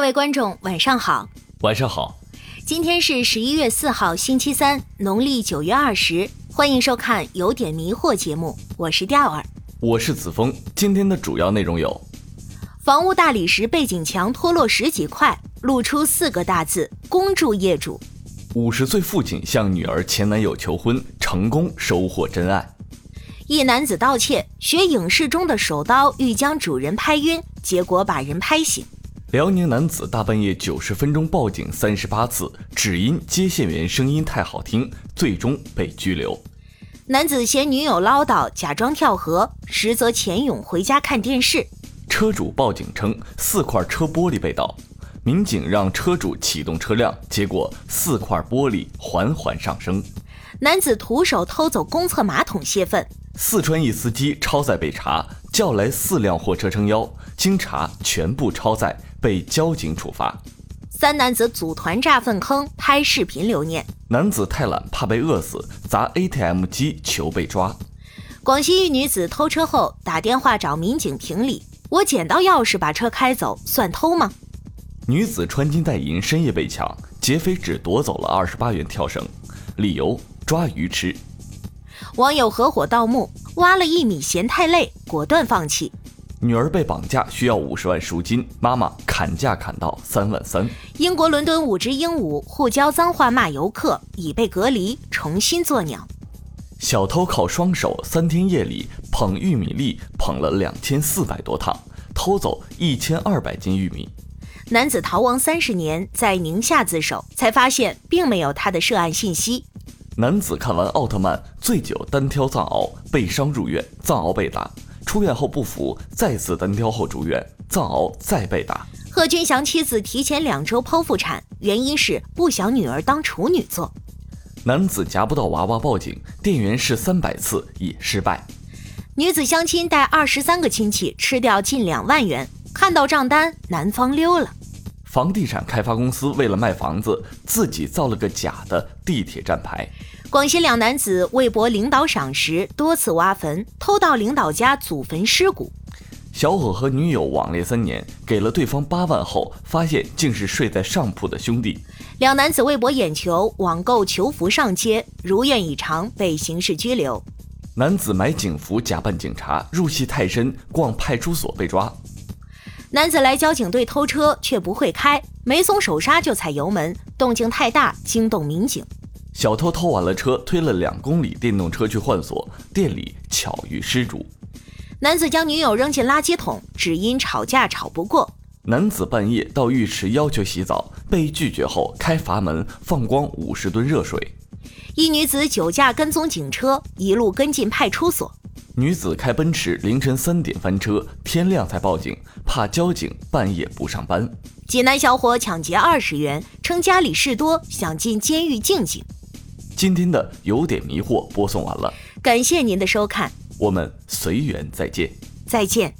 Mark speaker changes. Speaker 1: 位观众，晚上好。
Speaker 2: 晚上好，
Speaker 1: 今天是十一月四号，星期三，农历九月二十。欢迎收看《有点迷惑》节目，我是调儿。
Speaker 2: 我是子枫。今天的主要内容有：
Speaker 1: 房屋大理石背景墙脱落十几块，露出四个大字“恭祝业主
Speaker 2: 五十岁父亲向女儿前男友求婚，成功收获真爱；”。
Speaker 1: 一男子盗窃，学影视中的手刀欲将主人拍晕，结果把人拍醒。
Speaker 2: 辽宁男子大半夜九十分钟报警三十八次，只因接线员声音太好听，最终被拘留。
Speaker 1: 男子嫌女友唠叨，假装跳河，实则潜泳回家看电视。
Speaker 2: 车主报警称四块车玻璃被盗，民警让车主启动车辆，结果四块玻璃缓缓上升。
Speaker 1: 男子徒手偷走公厕马桶泄愤。
Speaker 2: 四川一司机超载被查，叫来四辆货车撑腰，经查全部超载，被交警处罚。
Speaker 1: 三男子组团炸粪坑，拍视频留念。
Speaker 2: 男子太懒怕被饿死，砸 ATM 机求被抓。
Speaker 1: 广西一女子偷车后打电话找民警评理：“我捡到钥匙把车开走，算偷吗
Speaker 2: 女子穿金戴银，深夜被抢，劫匪只夺走了二十八元跳绳，理由抓鱼吃。？”
Speaker 1: 网友合伙盗墓，挖了一米嫌太累，果断放弃。
Speaker 2: 女儿被绑架需要五十万赎金，妈妈砍价砍到三万三。
Speaker 1: 英国伦敦五只鹦鹉互教脏话骂游客，已被隔离，重新做鸟。
Speaker 2: 小偷靠双手三天夜里捧玉米粒捧了两千四百多趟，偷走一千二百斤玉米。
Speaker 1: 男子逃亡三十年，在宁夏自首，才发现并没有他的涉案信息。
Speaker 2: 男子看完奥特曼醉酒单挑藏獒，被伤入院，藏獒被打。出院后不服，再次单挑后住院，藏獒再被打。
Speaker 1: 贺军翔妻子提前两周剖腹产，原因是不想女儿当处女座。
Speaker 2: 男子夹不到娃娃报警，店员试三百次也失败。
Speaker 1: 女子相亲带二十三个亲戚吃掉近两万元，看到账单，男方溜了。
Speaker 2: 房地产开发公司为了卖房子，自己造了个假的地铁站牌。
Speaker 1: 广西两男子为博领导赏识，多次挖坟，偷到领导家祖坟尸骨。
Speaker 2: 小伙和女友网恋三年，给了对方八万后，发现竟是睡在上铺的兄弟。
Speaker 1: 两男子为博眼球，网购囚服上街，如愿以偿被刑事拘留。
Speaker 2: 男子买警服假扮警察，入戏太深，逛派出所被抓。
Speaker 1: 男子来交警队偷车却不会开，没松手刹就踩油门，动静太大惊动民警。
Speaker 2: 小偷偷完了车，推了两公里电动车去换锁，店里巧遇失主。
Speaker 1: 男子将女友扔进垃圾桶，只因吵架吵不过。
Speaker 2: 男子半夜到浴池要求洗澡，被拒绝后开阀门放光五十吨热水。
Speaker 1: 一女子酒驾跟踪警车，一路跟进派出所。
Speaker 2: 女子开奔驰凌晨三点翻车，天亮才报警，怕交警半夜不上班。
Speaker 1: 济南小伙抢劫二十元，称家里事多，想进监狱静静。
Speaker 2: 今天的有点迷惑播送完了，
Speaker 1: 感谢您的收看，
Speaker 2: 我们随缘再见。
Speaker 1: 再见。